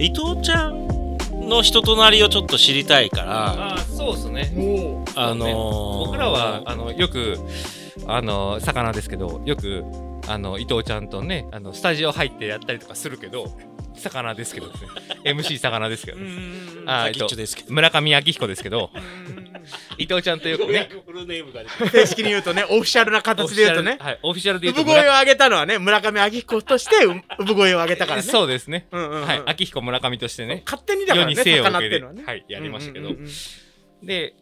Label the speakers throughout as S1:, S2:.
S1: 伊藤ちゃんの人となりをちょっと知りたいから、
S2: ああそうですね
S3: も
S1: あのー
S2: 僕らはあのよくあの魚ですけどよくあの伊藤ちゃんとねあのスタジオ入ってやったりとかするけど魚ですけどですね MC 魚ですけど、
S1: う
S2: ね、
S1: ん
S2: あー
S1: 先っちょですけど、
S2: 村上明彦ですけど伊藤ちゃんとよく
S3: う、
S2: ね
S3: フルネームがね正式に言う とね、オフィシャルな
S2: オ
S3: 形
S2: フィシ
S3: で言
S2: ャ
S3: うと
S2: ル
S3: ね、
S2: はい、オフィシャルで言
S3: 産
S2: うと
S3: 声を上げたのはね、村上明彦としてう産声を上げたからね。
S2: そうですね、
S3: うんうんうん
S2: はい明彦村上としてね
S3: 勝手にだからね、
S2: 世に生を
S3: 魚
S2: 受
S3: って
S2: け
S3: い
S2: る
S3: うのはね。
S2: はいやりましたけど
S3: うんうんうんうん
S2: で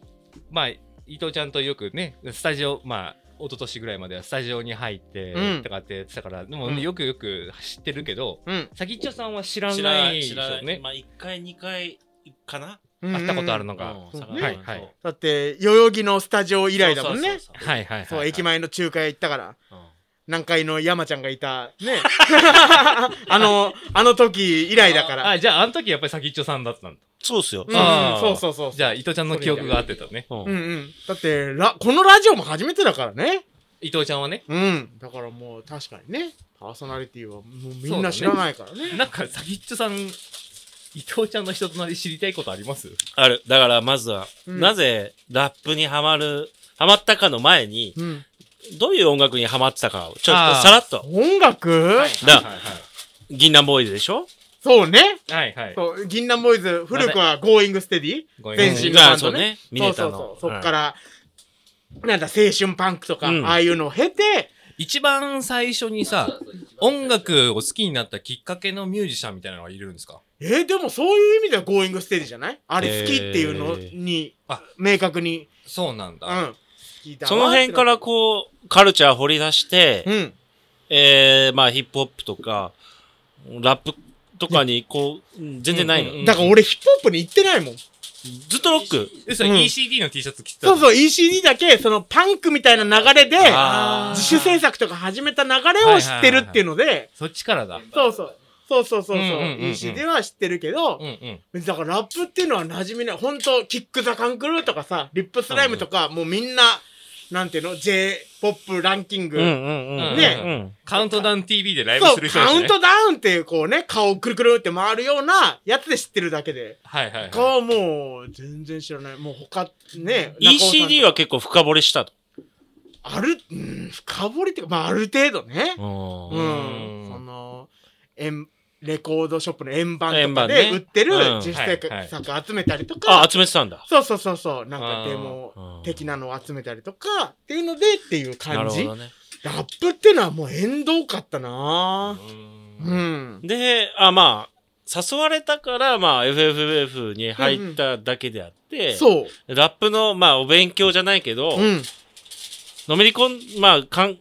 S2: まあ伊藤ちゃんとよくねスタジオまあ一昨年ぐらいまではスタジオに入って
S3: うん
S2: とかってやってたから、でも、
S3: うん
S2: よくよく知ってるけど、
S3: うん
S2: 先っちょさんは知らないです
S4: 知らな
S2: よ
S4: い。
S2: ね。
S4: まあ、1回、2回かな
S3: うんうん
S2: 会ったことあるのが。
S4: うん
S3: そう
S4: 魚
S2: はい
S4: そう
S2: はい
S3: だって、代々木のスタジオ以来だもんね。
S4: そうそうそうそう
S2: はいはいはい。
S3: そう、駅前の中華屋行ったから。
S4: うん
S3: 南海の山ちゃんがいた、 ね。 あの、あの時以来だから。
S2: あ、じゃあ、あの時やっぱり先っちょさんだったんだ。
S4: そうっすよ。
S3: うん
S2: あー
S3: そうそうそう。
S2: じゃあ、伊藤ちゃんの記憶が合ってたね。
S3: うんうん。だって、ラ、このラジオも初めてだからね。
S2: 伊藤ちゃんはね、
S3: うん。だからもう、確かにね。パーソナリティはもうみ
S2: そ
S3: ん
S2: うだ
S3: な
S2: ね
S3: 知らないからね。
S2: なんか先っちょさん、伊藤ちゃんの人となり知りたいことあります
S4: ある。だから、まずは、
S3: うん
S4: なぜラップにハマる、ハマったかの前に、
S3: うん。
S4: どういう音楽にハマってたかを、ちょっ
S2: あ
S4: と
S2: ー
S4: さらっと。
S3: 音楽
S4: だ
S2: はいは
S4: 銀杏ボーイズでしょ
S3: そうね。
S2: い。はいはい。
S3: そう、銀杏ボーイズ、古くは Going Steady?
S2: ごめん
S3: 全
S2: なさい
S3: 身のバ
S4: うんあ
S3: ンド
S4: そう
S3: ね
S4: ね。ミ
S3: そう
S4: ネ
S3: そ
S4: タ
S3: う
S4: の
S3: そう。そっから、なんだ、青春パンクとか、
S4: うん
S3: ああいうのを経て、
S2: 一番最初にさ、音楽を好きになったきっかけのミュージシャンみたいなのはいるんですか
S3: えーでもそういう意味では Going Steady じゃないあれ好きっていうの
S4: えー
S3: に
S2: あ、
S3: 明確に、
S2: そうなん
S3: う
S2: だ。
S3: ん。聞いたわ
S4: その辺からこう、カルチャー掘り出して、
S3: うん。
S4: えー、まあ、ヒップホップとか、ラップとかに、こう、全然ないの。
S2: うんうんうん
S3: だから俺ヒップホップに行ってないもん。
S4: ずっとロック。
S2: え、それ
S3: うん
S2: ECD の T シャツ着てた
S3: そう
S2: う。
S3: そう、ECD だけ、そのパンクみたいな流れで、
S4: あー
S3: 自主制作とか始めた流れを知ってるっていうので、
S2: そっちからだ。
S3: そうそう。そうそうそうそう。
S2: うんうんうんうん
S3: ECD は知ってるけど
S2: うん、うん。
S3: だからラップっていうのは馴染みない。ほんと、キックザカンクルーとかさ、リップスライムとか、もうみんな、なんていうの ?J-POP ランキング。
S4: うん
S2: うん
S3: ね
S4: うん
S2: カウントダウン TV でライブ
S3: そ
S2: す
S3: う、
S2: る人で
S3: カ
S2: す
S3: ウ
S2: ね。
S3: ントダウンっていう、こうね、顔をくるくるって回るようなやつで知ってるだけで。
S2: はいはい、
S3: 他
S2: はい。
S3: はもう、全然知らない。もう他、ね、
S4: ECD
S3: は
S4: は結構深掘りしたと。
S3: ある、うん、深掘りっていうか、まあ、ある程度ね。う。
S4: うん
S2: うん
S3: その、円、レコードショップの円盤
S4: 円
S3: とか
S4: 盤
S3: で
S4: ね
S3: 売ってる
S4: うん
S3: 自主
S2: はいは
S3: 制
S2: い
S3: 作集めたりとか。
S4: あ、集めてたんだ。
S3: そうそうそうそう。なんか
S2: うん
S3: デモ
S4: うん
S3: 的なのを集めたりとか、っていうのでっていう
S4: な
S3: 感
S4: るほ
S3: じ。
S4: どね。
S3: ラップってのはもう縁遠かったな
S2: うん
S3: うん。
S4: で、あ、まあ、誘われたから、まあ、FFF に入っただけであって、
S3: そう。
S4: ラップの、まあ、お勉強じゃないけど、
S3: うん。
S4: のめり込ん、まあ、かん、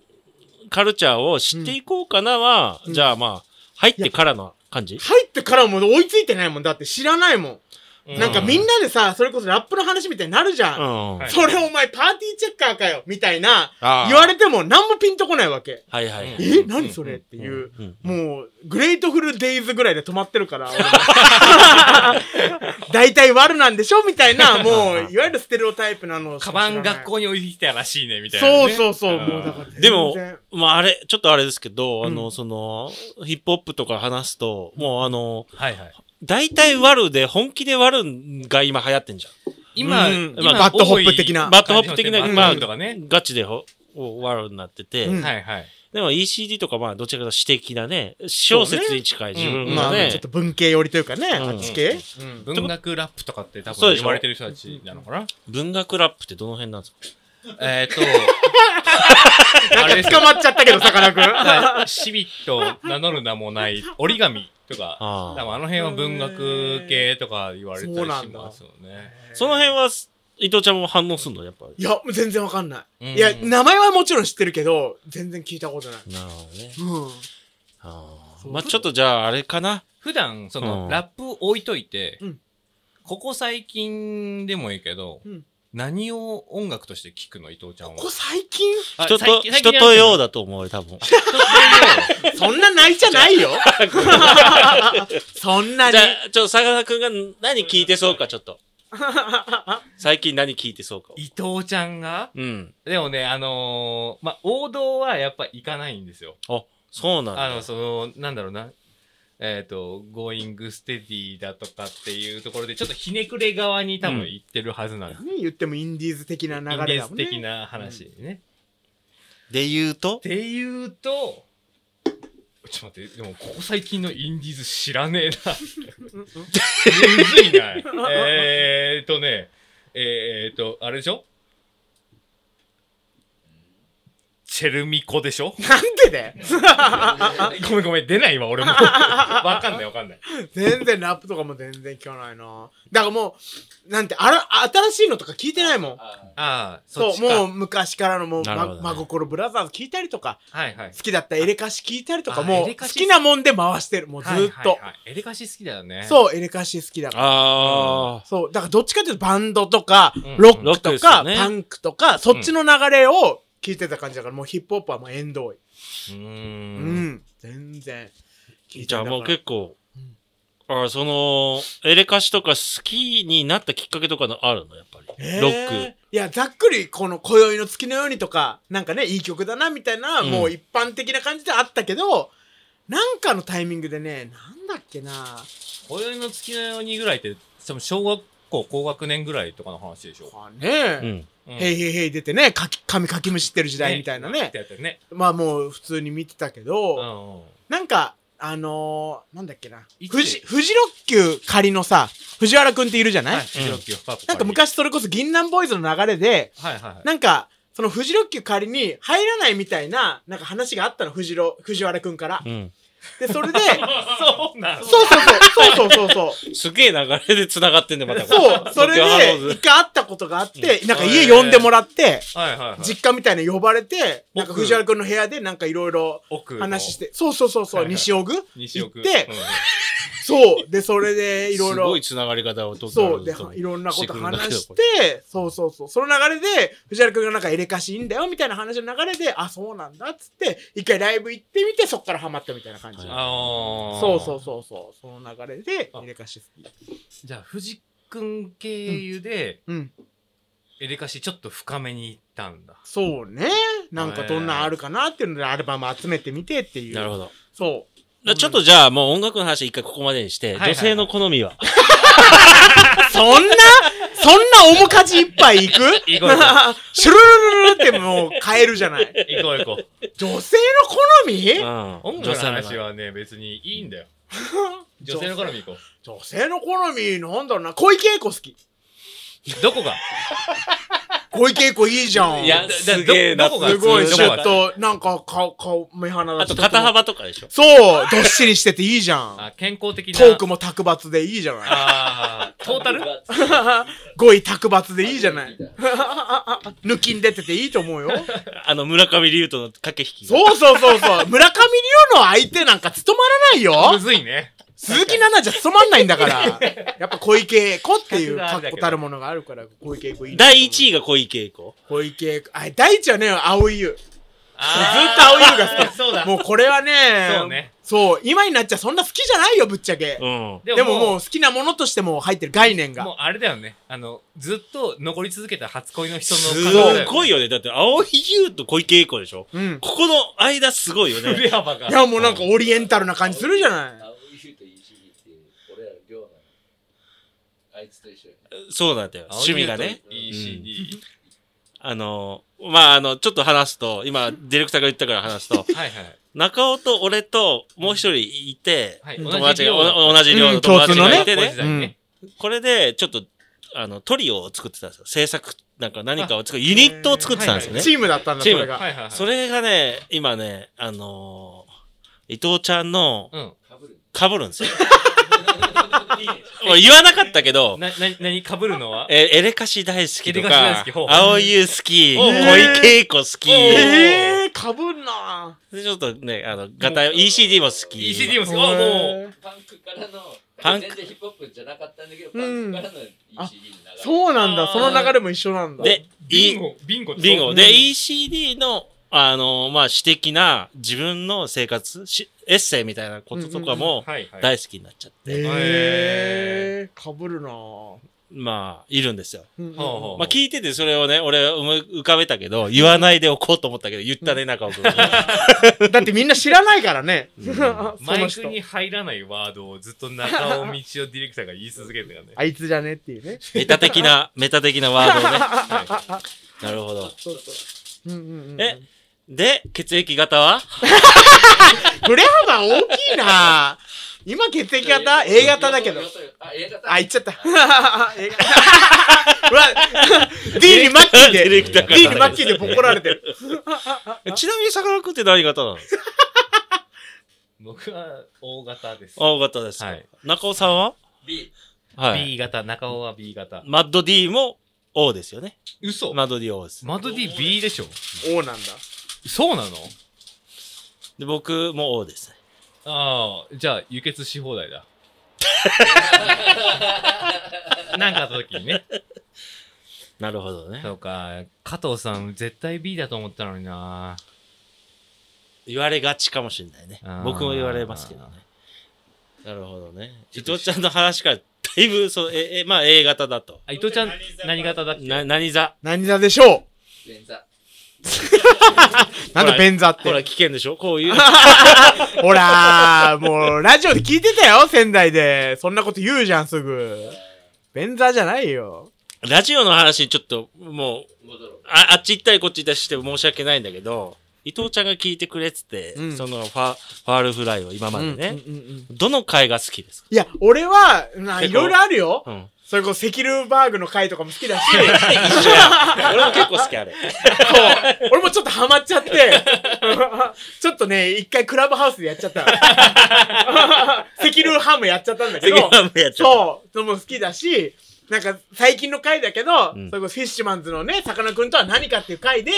S4: カルチャーを知っていこうかなは、
S3: うん
S4: じゃあまあ、入ってからの感じ
S3: 入ってからも追いついてないもん。だって知らないもん。なんかみんなでさ、それこそラップの話みたいになるじゃん。
S4: うん。は
S2: はいい
S3: それお前パーティーチェッカーかよみたいな、
S4: あー
S3: 言われても何もピンとこないわけ。
S4: はいはい。
S2: うん
S3: え何それっていう
S4: うんうん。
S3: もう、グレートフルデイズぐらいで止まってるから、俺も 大体悪なんでしょみたいな、もう、いわゆるステレオタイプなのし
S2: カ
S3: か
S2: バ
S3: 知らな
S2: ン
S3: い
S2: 学校に置いてきたらしいね、みたいな、
S3: そう
S2: ね。
S3: そうそう、
S2: ん
S3: もうだから全然。
S4: でも、まああれ、ちょっとあれですけど、あ
S3: う
S4: の、
S3: ん
S4: その、ヒップホップとか話すと、もうあの、
S2: はいはい。
S4: 大体ワルで、本気でワルが今流行ってんじ
S2: 今、
S3: うん
S2: 今
S4: まあ
S3: バッドホップ的な
S4: バッドホップ的な
S2: まあ、とかね
S4: ゃ。ん。ガチでほワルになってて、
S3: うん
S2: はいはい。
S4: でも ECD とかまあ、どちらかというと私的なね、小説に近い自分
S3: ま
S4: が
S3: あ、
S4: ね
S3: ちょっ、と文系寄りというかね、
S4: ん
S3: あっち系
S2: 文学ラップとかって多
S4: そうで
S2: 分
S4: しょ
S2: 言われてる人たちなのかな
S4: 文学ラップってどの辺なんですか
S2: えっと、
S3: な
S2: あれ
S3: ん
S2: で
S3: か
S2: す
S3: 捕まっちゃったけど、さかなクン。
S2: シビット名乗る名もない折り紙とか、
S4: あ
S2: 多
S4: ー
S2: 分あの辺は文学系とか言われたり
S3: そうなん
S2: し
S3: だ
S2: ますよね。
S4: その辺は、伊藤ちゃんも反応すんのやっぱり。
S3: いや、もう全然わかんな
S2: うん
S3: い。いや、名前はもちろん知ってるけど、全然聞いたことない。
S4: なるほどね。
S3: うん。
S4: あまあちょっとじゃああれかな。
S2: 普段、その、
S4: うん
S2: ラップを置いといて、
S3: うん
S2: ここ最近でもいいけど、
S3: うん
S2: 何を音楽として聞くの伊藤ちゃんは。
S3: ここ最近
S2: あ
S4: 人と、
S2: 最近
S4: 人とよう
S2: だ。
S4: だと思う俺多分。
S3: そんな泣いちゃな いよ。そんなに
S4: じゃ。あ、ちょっとさかなクンが何聞いてそうか、ちょっ と。最近何聞いてそうかを。
S2: 伊藤ちゃんが
S4: うん。
S2: でもね、あのーまあ、王道はやっぱ行かないんですよ。
S4: あ、そうなんだ。
S2: あの、その、なんだろうな。えっ、と、Going Steady だとかっていうところで、ちょっとひねくれ側に多分行ってるはずなんです。
S3: 何言ってもインディーズ的な
S2: イン
S3: 流
S2: デ
S3: れ
S2: ィー
S3: だも
S2: ズ
S3: んね。
S2: 的な話ね。
S4: で言うと
S2: っていうと、ちょっと待って、でもここ最近のインディーズ知らねえな。むずいな。えーっとね、えーっと、あれでしょチェルミコでしょ
S3: なんでだよ。
S2: ごめんごめん、出ないわ、 俺も。わかんないわかんない。
S3: 全然ラップとかも全然聞かないな。だからもう、なんて、あら、新しいのとか聞いてないもん。
S2: ああ、そっ
S3: そう、
S2: ちか。
S3: もう昔からのもう、
S4: なるほど
S3: ま
S4: ね
S3: 真心ブラザーズ聞いたりとか、
S2: はいはい。
S3: 好きだったエレカシ聞いたりとか、
S2: あ
S3: も
S2: エ
S3: う
S2: レ
S3: 好
S2: カシ
S3: きなもんで回してる。もうずーっ
S2: はい
S3: と
S2: は。いはいエレカシ好きだよね。う。
S3: そう、エレカシ好きだから。
S4: ああ、
S3: そう、だからどっちかというとバンドとか、
S2: ん
S3: ロック
S4: ロックで
S3: と
S4: すよ
S3: か、
S4: ね
S3: パンクとか、そっちの流れを聞いてた感じだから、もうヒップホップはもう縁遠い。
S2: うー。
S3: うんん、全然。聞い
S4: じ
S3: て
S4: ゃあ
S3: な
S4: も
S3: いう
S4: 結構、あその、エレカシとか好きになったきっかけとかのあるのやっぱり。
S3: えー
S4: ロック。
S3: いや、ざっくり、この、今宵の月のようにとか、なんかね、いい曲だな、みたいな、
S4: うん
S3: もう一般的な感じであったけど、なんかのタイミングでね、なんだっけな、
S2: 今宵の月のようにぐらいって、その小学校高学年ぐらいとかの話でしょ。
S3: あね、
S4: うん。
S2: うん
S3: へいへいへい出てね、かき、髪かきむしってる時代みたいなね。
S2: やってね。
S3: まあもう普通に見てたけ
S2: う
S3: ど、
S2: んうん。
S3: なんか、あのー、なんだっけな。
S2: いつ
S3: 富士、富士六級仮のさ、藤原くんっているじゃない、
S2: はい、16キロパープ
S3: なんか、昔それこそ銀杏ボーイズの流れで、
S2: はいはいはい。
S3: なんか、その富士六級仮に入らないみたいな、なんか話があったの、藤ろ藤原くんから
S4: う。ん。
S3: で、それで、
S2: そうなの
S3: そうそうそう、そうそうそうそう。
S4: すげえ流れで繋がってんね、ま た。
S3: そう、それ
S4: ロックハロー
S3: で、
S4: ズ
S3: 一回会ったことがあって、なんか
S2: へ
S3: 家
S2: ー
S3: 呼んでもらって、
S2: はいはいはい。
S3: 実家みたいに呼ばれて、なんか
S2: 奥
S3: 藤原くんの部屋でなんかいろいろ
S2: 奥の
S3: 話し。て、そうそうそう、そ
S2: はいうはい
S3: 西尾具
S2: 西
S3: 行っ
S2: 奥。
S3: て
S2: うん、
S3: そう。で、それでいろい
S4: すご
S3: ろ
S4: い、繋がり方をと
S3: そう、で、いろんなこと話し
S4: してく
S3: て、そうそうそう。その流れで、藤原くんがなんかエレカシいいんだよ、みたいな話の流れで、あ、そうなんだ、っつって、一回ライブ行ってみて、そっからハマったみたいな感
S4: は
S3: じ。
S2: あのー
S3: そうそうそうそう。その流れで、
S2: あ
S3: エレカシ好き。
S2: じゃあ、藤くん経由で、
S3: うん。
S2: エレカシちょっと深めに行ったん だ。
S3: そうね。なんかどんなんあるかなっていうので、アルバム集めてみてっていう。
S4: なるほど。
S3: そ
S4: だちょっとじゃあもう音楽の話一回ここまでにして、
S2: いはいはい
S4: 女性の好みは。
S3: う。そんな、そんな面かじ一 杯いく
S2: 行こう行こ
S3: シュルルルルルってもう変えるじゃない。
S2: 行こう行こう。
S3: 女性の好み
S4: うん
S2: 音楽の話
S4: は。
S2: はね、別にいいんだよ。女性の好み行こう。
S3: 女性の好み、なんだろうな。小池栄子好き。
S2: どこが
S3: 小池栄子いいじゃん。
S4: いや、
S2: だ
S4: すげえな。
S2: どこが
S3: すごい、
S2: ど
S3: シ
S2: こ
S3: ュ
S2: が
S3: ッと、なんか、顔、顔、目鼻だ
S4: あ
S3: し
S4: と肩。幅とかでしょ。
S3: そう、どっしりしてていいじゃん。
S2: あ、健康的な。
S3: トークも卓抜でいいじゃない。
S2: あートータル
S3: 語彙卓抜でいいじゃない。抜きん出てていいと思うよ。
S4: あの、村上龍との駆け引きが。
S3: そうそうそうそう。村上龍の相手なんか務まらない
S2: む
S3: よ。
S2: ずいね。
S3: 鈴木奈々じゃ務まんないんだから。やっぱ小池栄子っていう確固たるものがあるから、小池栄子いいなと思う
S4: 第1位が小池栄子。
S3: 小池栄子。あ、第一はね、青い優。 ず
S2: あ
S3: っと青い優が好き
S2: ー。 そうだ。
S3: もうこれはね、
S2: そうね
S3: そう今になっちゃそんな好きじゃないよ、ぶっちゃけ。
S4: うん。
S3: でももう好きなものとしてもう入ってる概念
S2: もう
S3: が。
S2: あれだよね。あの、ずっと残り続けた初恋の人の
S4: す
S2: 感覚
S4: ごいよね。だって、青井優と小池栄子でしょ。
S3: うん。
S4: ここの間すごいよ
S2: だよね。
S4: ね。
S2: 振れ幅が。
S3: いや、もうなんかオリエンタルな感じするじゃない。
S5: 青い優と石井っていう俺らの寮なのあいつと一緒に
S4: そうなんだよ。趣味がね。
S2: ECD。
S4: あの、まあ、あの、ちょっと話すと、今、ディレクターが言ったから話す と、
S2: はいはい。
S4: 中尾と俺ともう一人いて、
S2: はい
S4: 友達が、
S2: 同じ寮
S4: お同じ量の友達がいて
S2: 高校
S4: ね
S2: 時。代ね。
S4: これで、ちょっと、あの、トリオを作ってたんですよ。制作、なんか何かを作る、ユニットを作ってたんですよね。
S3: チームだったんだ、そ
S4: チーム
S3: れが。
S2: はいはいはい。
S4: それがね、今ね、あのー伊藤ちゃんの、
S2: うん。
S4: 被るん ですよ。俺言わなかったけど、
S2: な、な、なに、被るのは
S4: え、エレカシ大好きと
S2: エレカシ大
S4: か
S2: 好きほう、
S4: 青い優好き、
S2: ほう
S4: 小池栄子好き、
S2: ほう
S3: えー、かぶんな
S4: でちょっとね、あの、ガタイ、ECD も好き。
S2: ECD もすごい、
S3: へー
S2: もう、
S6: パンクからの
S4: パンク
S6: 全然ヒップホップじゃなかったんだけど、
S3: うん
S6: パンクからの ECD に流れて
S3: そうなん
S2: あ
S3: だ。
S2: ー
S3: その流れも一緒なんだ。
S4: で、
S2: ビ
S4: い
S2: ンゴ、ビンゴって
S4: ビンゴ。
S2: う
S4: で、
S2: ん
S4: ECD の、あの、まあ、私的な自分の生活、しエッセイみたいなこととかも
S2: はいはい。
S4: 大好きになっちゃって、
S3: へー。かぶるなぁ。
S4: まあ、いるんですよ。
S3: うんうん
S2: ほうほう
S4: まあ、聞いててそれをね、俺思い浮かべたけど、言わないでおこうと思ったけど、言ったね、中尾くん。
S3: だってみんな知らないからね。 そ
S2: マ
S3: の
S2: イク
S3: 人。
S2: に入らないワードをずっと中尾道夫ディレクターが言い続けるんだ よね。
S3: あいつじゃねっ ていうね。
S4: メタ的な、メタ的なワードをね。
S2: は
S4: なるほど。
S3: そうそう。うんうんうん。
S4: え、で、血液型は
S3: 振れ幅大きいなぁ。今血液型 ?A 型だけど
S6: よ。そよあ A 型
S3: あ、言っちゃった。A 型 うわ D にマッキー
S4: ディ
S3: で、
S4: レクターから
S3: D にマッキーでボコられてる。
S4: えちなみにさかなクンって何型なの
S2: い。僕は O 型です。
S4: 青型ですか、
S2: はい
S4: 中尾さんは
S6: B
S4: はい。
S2: B 型、中尾は B 型。
S4: マッド D も O ですよね。
S2: 嘘
S4: マッド D O です。
S2: マド D B でしょ
S3: O なんだ。
S2: そうなの
S4: で、僕も O ですね。
S2: ああ、じゃあ輸血し放題 だ。なんかあった時にね。
S4: なるほどね。
S2: そうか、加藤さん絶対 B だと思ったのにな。
S4: 言われがちかもしれないね
S2: あー。
S4: 僕も言われますけどね。なるほどね。伊藤ちゃんの話から、だいぶ、そう、え、え、まあ A 型だと。
S2: あ、伊藤ちゃん何型だっけ
S4: な、何座
S3: 何座でしょ
S6: 便座
S3: うなんだ便座って
S4: ほ。ら、危険でしょこういう。
S3: ほらー、もう、ラジオで聞いてたよ、仙台で。そんなこと言うじゃん、すぐ。便座じゃないよ。
S4: ラジオの話、ちょっと、もう、
S6: 戻ろう
S4: ああっち行ったりこっち行ったりして申し訳ないんだけど、伊藤ちゃんが聞いてくれってて、
S3: うん
S4: そのファ、ファールフライを今までね、
S3: うんうんうんうん
S4: どの回が好き ですか
S3: いや、俺は、まあ、
S4: 結
S3: い
S4: 構
S3: ろいろあるよ。
S4: ん。
S3: それこそ、セキルバーグの回とかも好き だし、
S4: 一緒や。 俺も結構好きあ れ。
S3: そう 俺もちょっとハマっちゃって、ちょっとね、一回クラブハウスでやっちゃ った。セキルハムやっちゃったんだけど、
S4: やっちゃった
S3: そう、のも好きだし、なんか最近の回だけど、
S4: ん
S3: それこそフィッシュマンズのね、さかなクンとは何かっていう回で、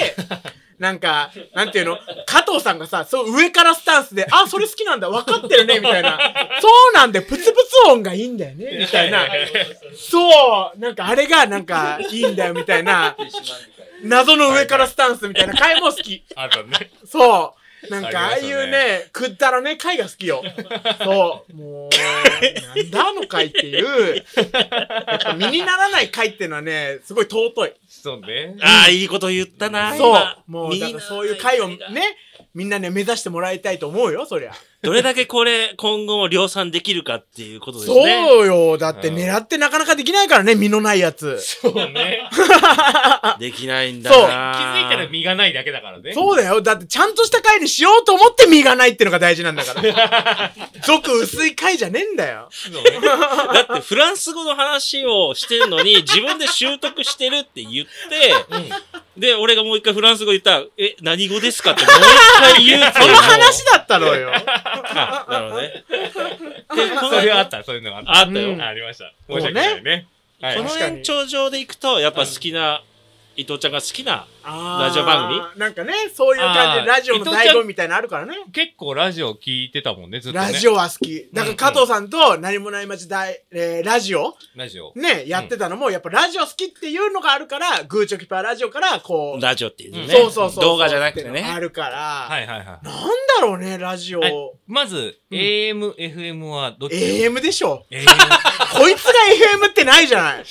S3: なんか、なんていうの加藤さんがさ、そう上からスタンスで、あ、それ好きなんだ、分かってるね、みたいな。そうなんだよ、プツプツ音がいいんだよね、みたいな。そう、なんかあれがなんかいいんだよ、みたいな。
S6: フィッシュマンみたい
S3: 謎の上からスタンスみたいな回も好き。
S2: あとね。
S3: そう。なんか、あ
S2: あ
S3: あ
S2: ります
S3: い
S2: よね
S3: うね、くったらね、回が好きよ。そう。もう、なんだあの回っていう。やっぱ身にならない回っていうのはね、すごい尊い。
S2: そうね。
S4: ああ、いいこと言ったな。
S3: そう
S4: 今。
S3: もう、
S4: みんな
S3: だからそういう回をね、みんなね、目指してもらいたいと思うよ、そりゃ。
S4: どれだけこれ、今後も量産できるかっていうことですね。
S3: そうよ。だって
S2: うん
S3: 狙ってなかなかできないからね、身のないやつ。
S2: そうね。
S4: できないんだ
S3: そう
S2: 気
S4: な。
S2: づいたら身がないだけだからね。
S3: そうだよ。だって、ちゃんとした回にしようと思って身がないっていうのが大事なんだから。俗薄い回じゃねえんだよ。
S2: そうね。
S4: だってフランス語の話をしてるのに、自分で習得してるって言って、で、俺がもう一回フランス語言ったら、え、何語ですかってもう一回言うってい
S3: そうの話だったろうよ。
S4: あなるほどね。で、こ
S2: それはあ
S4: の
S2: った、そういうのがあった。
S4: あったよ。
S3: うん
S2: ありました。申し訳ないね。はい
S4: この延長上で行くと、やっぱ好きな、伊藤ちゃんが好きな、ラジオ番
S3: 組なんかね、そういう感じで
S2: あー
S3: ラジオの醍醐味みたいなのあるからね。
S2: 結構ラジオ聞いてたもんね、ずっとね。
S3: ラジ
S2: オ。
S3: オは好き。だから加藤さんと何もない街大、えーラジオ
S2: ラジオ。
S3: ね、やってたのも、やっぱラジオ好きっていうのがあるから、グーチョキパーラジオから、こう、
S4: ラジオっていうね。
S2: ん
S3: そうそうそう。
S4: 動画じゃなくて
S3: ってのがあ
S4: ね。
S3: るから、
S2: はいはいはい。
S3: なんだろうね、ラジオ。
S2: はいまず、
S3: ん
S2: AM、FM はどっち
S3: AM でしょ。
S2: AM
S3: こいつが AM ってないじゃない。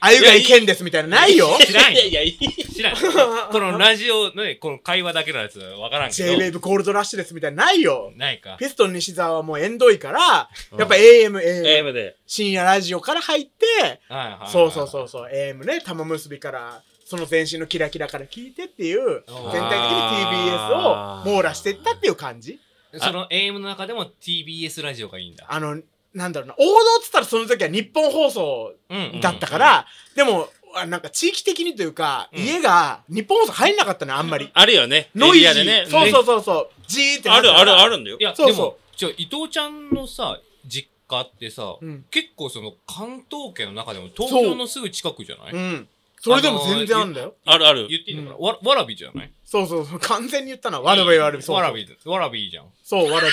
S3: あゆがいけんですみたいな、な いよ。
S2: 知らん
S4: いやいや、いい。
S2: 知らん。 このラジオのね、この会話だけのやつわからんけ
S3: J-Wave ゴールドラッシュですみたいな、ないよ
S2: ど。。ないか。
S3: ピストン西沢はもう縁遠いから、やっぱ AM、AM、
S4: AM で。
S3: 深夜ラジオから入って、
S2: はいはいはい。
S3: そうそうそうそう、AM ね、玉結びから、その全身のキラキラから聞いてっていう、全体的に TBS
S4: あ
S3: を
S4: ー
S3: 網羅していったっていう感じ。
S2: その AM の中でも TBS ラジオがいいんだ。
S3: あの、なんだろうな、王道っつったらその時は日本放送
S2: うん。
S3: だったから、でも、あなんか地域的にというか、
S2: うん
S3: 家が日本放送入んなかったの、あんまり。
S4: あるよね。
S3: ノイジ
S4: エリアで
S3: ー。
S4: ね。。
S3: そうそううそうそう。ジーってな
S4: あ
S3: って
S4: る
S3: た
S4: あるあるんだよ
S2: い。や、
S3: そう
S2: で
S3: そ
S2: も、じゃあ伊藤ちゃんのさ、実家ってさ
S3: うん、
S2: 結構その関東圏の中でも東京のすぐ近くじゃない
S3: うん。それでも全然あんだよ。
S4: あるある。
S2: 言っていいのかな、わわらびじゃない
S3: そうそうそう、完全に言ったな。わらびわらび。そう
S2: わら。び、わらびじゃん。
S3: そう、わらびよ。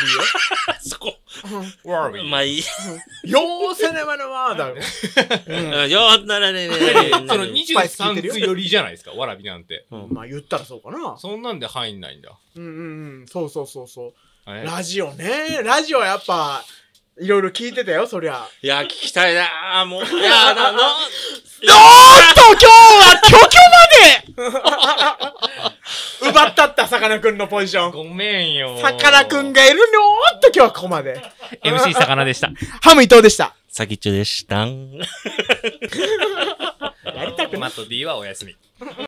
S4: そこ。
S2: わらび。
S4: まあいい。
S3: よーせねまのわー だよ。
S4: うんようならねね
S2: えー
S4: ね
S2: その
S4: ねね。
S2: 23区寄りじゃないですか、わらびなんて。
S3: まあ言ったらそうかな。
S2: そんなんで入んないんだ。
S3: うんうんうん。そうそうそうそう。
S2: え
S3: ラジオね。ラジオやっぱ、いろいろ聞いてたよ、そりゃ。
S4: いや、聞きたいなーもう。いや、 だの。
S3: おーっと、今日は虚虚まで 奪ったった、さかなクンのポジション。
S2: ごめんよ。
S3: さかなクンがいるのーっと今日はここまで。
S2: MC 魚でした。
S3: ハム伊藤でした。
S4: さきちゅでしたん。
S2: マット D はお休み。